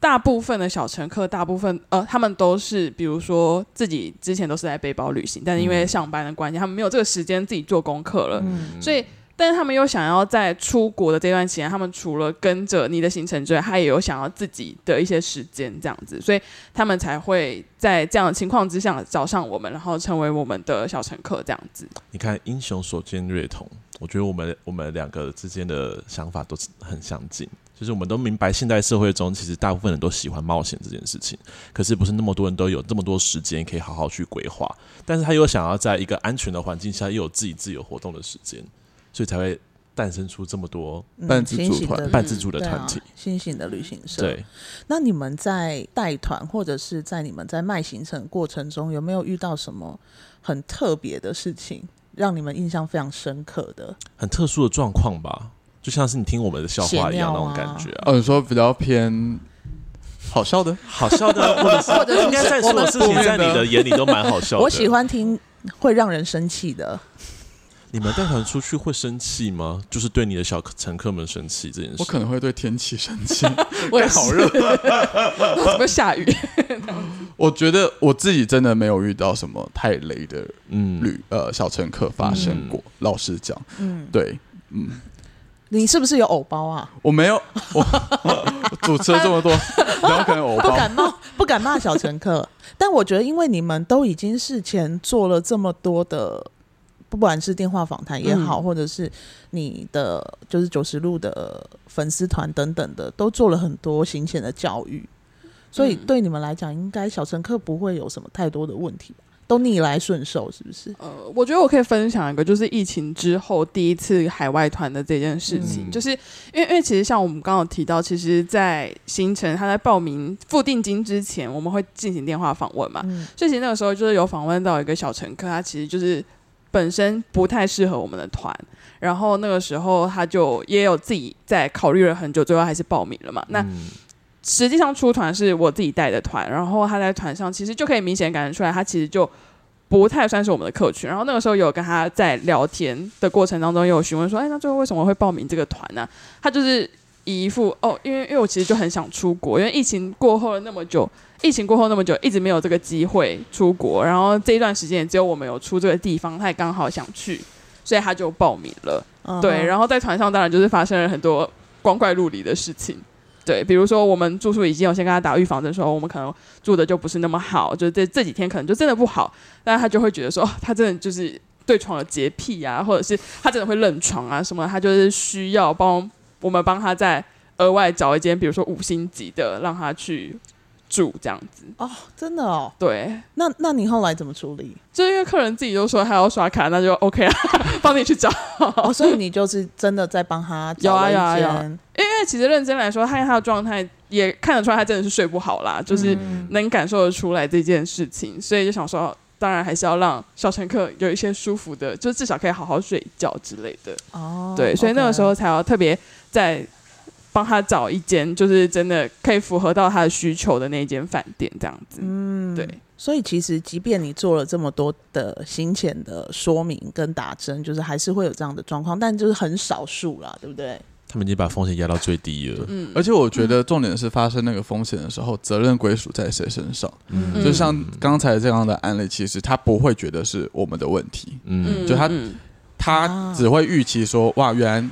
大部分的小乘客，大部分呃，他们都是比如说自己嗯之前都是在背包旅行，但是因为上班的关系，他们没有这个时间自己做功课了，嗯所以但是他们又想要在出国的这段期间，他们除了跟着你的行程之外，他也有想要自己的一些时间这样子，所以他们才会在这样的情况之下找上我们，然后成为我们的小乘客这样子。你看，英雄所见略同。我觉得我们我们两个之间的想法都是很相近，就是我们都明白现代社会中，其实大部分人都喜欢冒险这件事情，可是不是那么多人都有这么多时间可以好好去规划。但是他又想要在一个安全的环境下，又有自己自由活动的时间，所以才会诞生出这么多嗯半自新主型团的半自主的对团体啊。、新型的旅行社。对，那你们在带团或者是在你们在卖行程的过程中，有没有遇到什么很特别的事情，让你们印象非常深刻的？很特殊的状况吧，就像是你听我们的笑话一样那种感觉啊。呃，你说比较偏好笑的，好笑的， 或者是或者是应该在所有事情在你的眼里都蛮好笑的。我喜欢听会让人生气的，你们带团出去会生气吗？就是对你的小乘客们生气这件事。我可能会对天气生气。 我也好是热，怎么下雨？我觉得我自己真的没有遇到什么太雷的嗯，旅呃小乘客发生过。老实讲，嗯，对你是不是有偶包啊？ 我没有，我 主持了这么多，然后可能偶不包。敢冒， 不敢骂小乘 客。但我觉得，因为你们都已经事前做了这么多的，不管是电话访谈也嗯好，或者是你的就是九十路的粉丝团等等的，都做了很多行前的教育，所以嗯对你们来讲，应该小乘客不会有什么太多的问题吧？都逆来顺受，是不是？呃，我觉得我可以分享一个，就是疫情之后第一次海外团的这件事情，嗯就是因为因为其实像我们刚刚有提到，其实，在行程他在报名付定金之前，我们会进行电话访问嘛，嗯，所以其实那个时候就是有访问到一个小乘客，他其实就是本身不太适合我们的团，然后那个时候他就也有自己在考虑了很久，最后还是报名了嘛。那嗯实际上出团是我自己带的团，然后他在团上其实就可以明显感觉出来，他其实就不太算是我们的客群。然后那个时候有跟他在聊天的过程当中，也有询问说，哎，那最后为什么会报名这个团呢、他就是以一副哦，因为因为我其实就很想出国，因为疫情过后了那么久，疫情过后那么久一直没有这个机会出国，然后这一段时间也只有我们有出这个地方，他也刚好想去，所以他就报名了。对，后然后在船上当然就是发生了很多光怪陆离的事情。对，比如说我们住宿已经有先跟他打预防针，说我们可能住的就不是那么好，就是这这几天可能就真的不好，但他就会觉得说，哦、他真的就是对床有洁癖啊，或者是他真的会认床啊什么，他就是需要帮我们帮他再额外找一间，比如说五星级的让他去住这样子。哦，真的哦，对，那那你后来怎么处理？就是因为客人自己就说他要刷卡，那就 OK 啊， 帮你去找。哦，所以你就是真的在帮他找了一有啊有啊有间因为其实认真来说，他他的状态也看得出来，他真的是睡不好啦，嗯就是能感受得出来这件事情，所以就想说，当然还是要让小乘客有一些舒服的，就至少可以好好睡觉之类的。哦，对，所以那个 OK 时候才要特别在帮他找一间，就是真的可以符合到他的需求的那一间饭店，这样子。嗯，对，所以其实，即便你做了这么多的行前的说明跟打针，就是还是会有这样的状况，但就是很少数啦，对不对？他们已经把风险压到最低了。嗯，而且我觉得重点是发生那个风险的时候，责任归属在谁身上。嗯就像刚才这样的案例，其实他不会觉得是我们的问题，嗯，就他嗯他啊只会预期说，哇，原来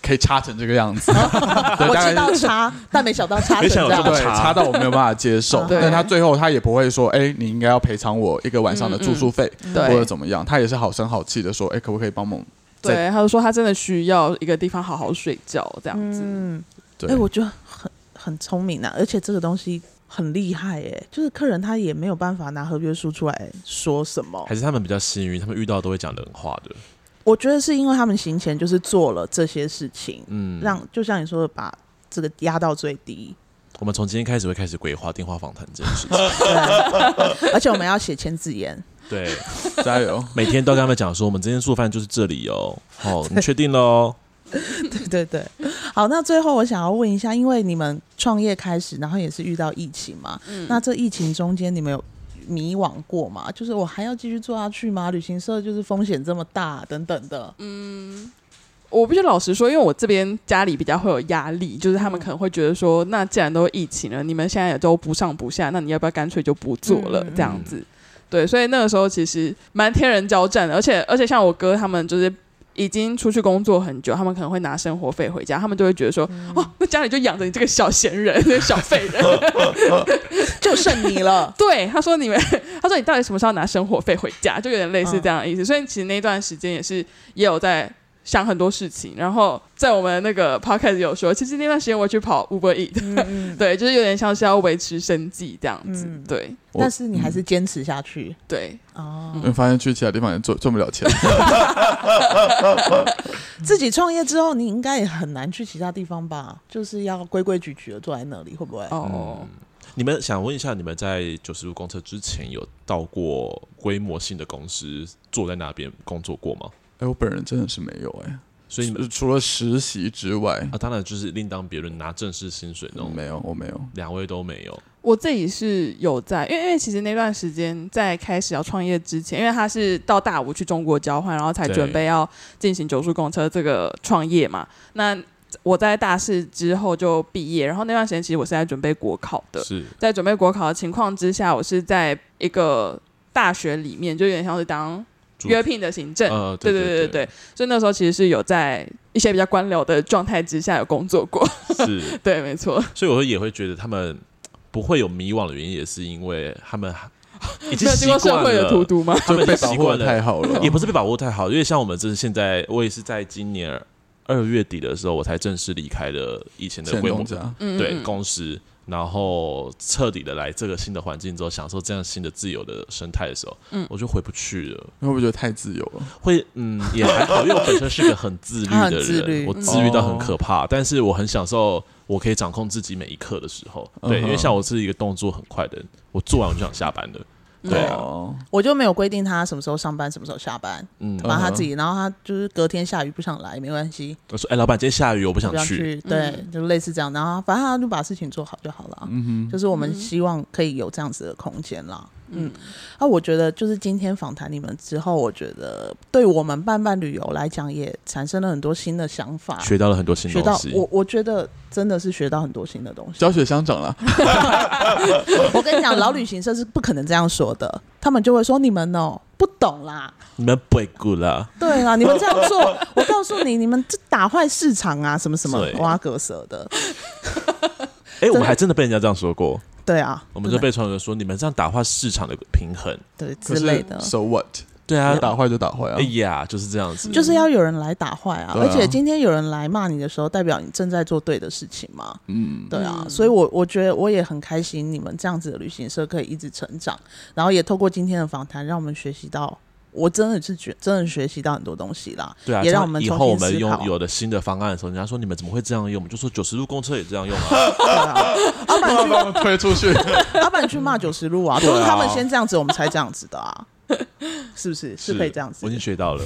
可以差成这个样 子，对，我大概知道是差，但没想到差成啊没这想到哦这样。么。对，差到我没有办法接受 对但他最后他也不会说，哎、你应该要赔偿我一个晚上的住宿费、嗯对或者怎么样，他也是好声好气的说，哎、可不可以帮忙？在对，他就说他真的需要一个地方好好睡觉，这样子。嗯，对哎、我觉得很很聪明啊，而且这个东西很厉害哎、就是客人他也没有办法拿合约书出来说什么还。是他们比较幸运，他们遇到都会讲人话的。我觉得是因为他们行前就是做了这些事情，嗯，让就像你说的，把这个压到最低。我们从今天开始会开始规划电话访谈这件事情。对，啊而且我们要写千字言。对，加油！ 每天都跟他们讲说，我们今天做饭就是这里哦。哦，你确定喽？ 对对对，好，那最后我想要问一下，因为你们创业开始，然后也是遇到疫情嘛，那这疫情中间你们有迷惘过吗？就是我还要继续做下去吗？旅行社就是风险这么大，等等的，我必须老实说，因为我这边家里比较会有压力，就是他们嗯可能会觉得说，那既然都疫情了，你们现在也都不上不下，那你要不要干脆就不做了、嗯这样子？对，所以那个时候其实蛮天人交战的，而且而且像我哥他们就是已经出去工作很久，他们可能会拿生活费回家，他们都会觉得说，嗯哦，那家里就养着你这个小闲人、这个小废 人。。就剩你了对，他说你们， 他说你到底什么时候拿生活费回家，就有点类似这样的意思。所以其实那段时间也是也有在想很多事情，然后在我们那个 podcast 有说，其实那段时间我去跑 Uber Eat，、对， 就是有点像是要维持生计这样子，嗯对 我但是你还是坚持下去对，哦。因为发现去其他地方也赚赚不了钱。自己创业之后，你应该也很难去其他地方吧？就是要规规矩矩的坐在那里，会不会？嗯哦。你们想问一下，你们在九十路公车之前有到过规模性的公司坐在那边工作过吗？哎，我本人真的是没有哎，所以你们除除了实习之外，啊，当然就是另当别论，拿正式薪水那嗯种，没有，我没有。两位都没有。我自己是有在，因为因为其实那段时间在开始要创业之前，因为他是到大五去中国交换，然后才对准备要进行九叔公车这个创业嘛。那我在大四之后就毕业，然后那段时间其实我是在准备国考的，是在准备国考的情况之下，我是在一个大学里面，就有点像是当主约聘的行政。呃，对对对对，所以那时候其实是有在一些比较官僚的状态之下有工作过， 是，对，没错。所以我也会觉得他们不会有迷惘的原因，也是因为他们已经没有习经过社惯会的了，荼毒吗？他们已被经保习护惯的了太好了，也不是被把握太好，因为像我们这是现在，我也是在今年二月底的时候，我才正式离开了以前的前规模东家。嗯，对嗯公司，然后彻底的来这个新的环境之后，享受这样新的自由的生态的时候，嗯我就回不去了。因为我觉得太自由了，会嗯也还好，因为我本身是个很自律他的很自人，律我自律到很可怕，但是我很享受我可以掌控自己每一刻的时候。对，嗯哼因为像我是一个动作很快的人，我做完我就想下班了。对啊哦我就没有规定他什么时候上班，什么时候下班，嗯，嗯然后他自己，然后他就是隔天下雨不想来没关系，我说哎，老板，今天下雨，我不不想想去。去，对，就类似这样。然后反正他就把事情做好就好了啊。嗯就是我们希望可以有这样子的空间啦。嗯嗯，那、我觉得就是今天访谈你们之后，我觉得对我们伴伴旅游来讲，也产生了很多新的想法，学到了很多新学东到西，我我觉得真的是学到很多新的东西。教学相长了，我跟你讲，老旅行社是不可能这样说的，他们就会说你们哦不懂啦，你们不会 good 啦。对啦，你们这样做，我告诉你，你们这打坏市场啊，什么什么对挖格舌的，哎，我们还真的被人家这样说过，对啊，我们就被传闻说你们这样打坏市场的平衡。对之可类是的。 so what，对啊，打坏就打坏啊哎。呀，就是这样子。就是要有人来打坏啊！对啊而且今天有人来骂你的时候，代表你正在做对的事情嘛。嗯，对啊，嗯所以我我觉得我也很开心，你们这样子的旅行社可以一直成长，然后也透过今天的访谈，让我们学习到，我真的是觉真的学习到很多东西啦。对啊，也这让样我们以重后我新们思用考有的新的方案的时候，人家说你们怎么会这样用？我们就说九十路公车也这样 用啊。对啊，老板要去把我们 推出去，老板去骂九十路啊，都 对是啊他们先这样子，我们才这样子的啊。是不是是可以这样子我已？经学到了。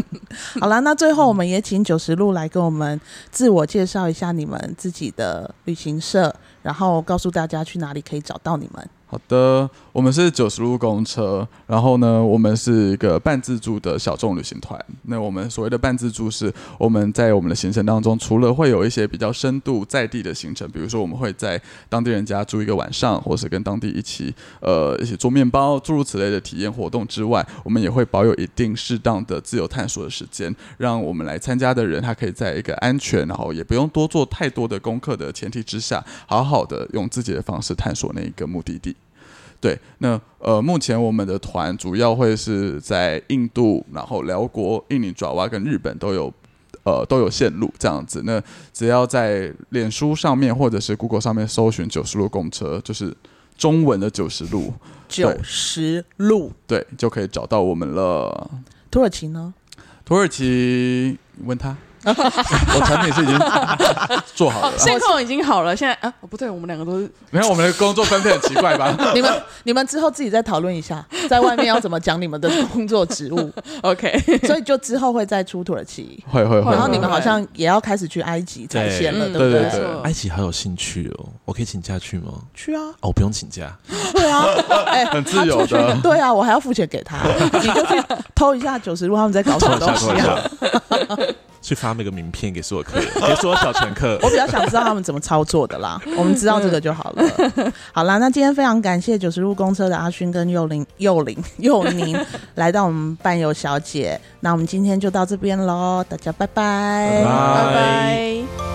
好啦，那最后我们也请九十路来跟我们自我介绍一下你们自己的旅行社，然后告诉大家去哪里可以找到你们。好的，我们是九十路公车，然后呢，我们是一个半自助的小众旅行团。那我们所谓的半自助是，我们在我们的行程当中，除了会有一些比较深度在地的行程，比如说我们会在当地人家住一个晚上，或是跟当地一起呃一起做面包，诸如此类的体验活动之外，我们也会保有一定适当的自由探索的时间，让我们来参加的人他可以在一个安全，然后也不用多做太多的功课的前提之下，好好的用自己的方式探索那一个目的地。对，那呃，目前我们的团主要会是在印度，然后辽国、印尼爪哇跟日本都有。呃，都有线路这样子。那只要在脸书上面或者是 Google 上面搜寻“九十路公车”，就是中文的“九十路九十路，”，对，就可以找到我们了。土耳其 呢？土耳其，你问他，我产品是已经做好哦了，啦。线控已经好了，现在啊，哦不对，我们两个都是没有，我们的工作分配很奇怪吧？ 你们你们之后自己再讨论一下，在外面要怎么讲你们的工作职 务。 OK，所以就之后会再出土耳其，会会会，然后你会们好像也要开始去埃及踩线了，对嗯不对对？哎对对没错埃及好有兴趣哦，我可以请假去吗？去啊，哦，我不用请假。对 啊，哎、很自由他出去的，对啊，我还 要付钱给他，你就去偷一下九十路他们在搞什么东西一啊？下。 去发那个名片给所有客人，给所有小乘 客。我比较想知道他们怎么操作的啦，我们知道这个就好了。好啦，那今天非常感谢九十路公车的阿勋跟幼玲、幼玲、幼宁来到我们伴游小姐，那我们今天就到这边喽，大家拜拜拜拜。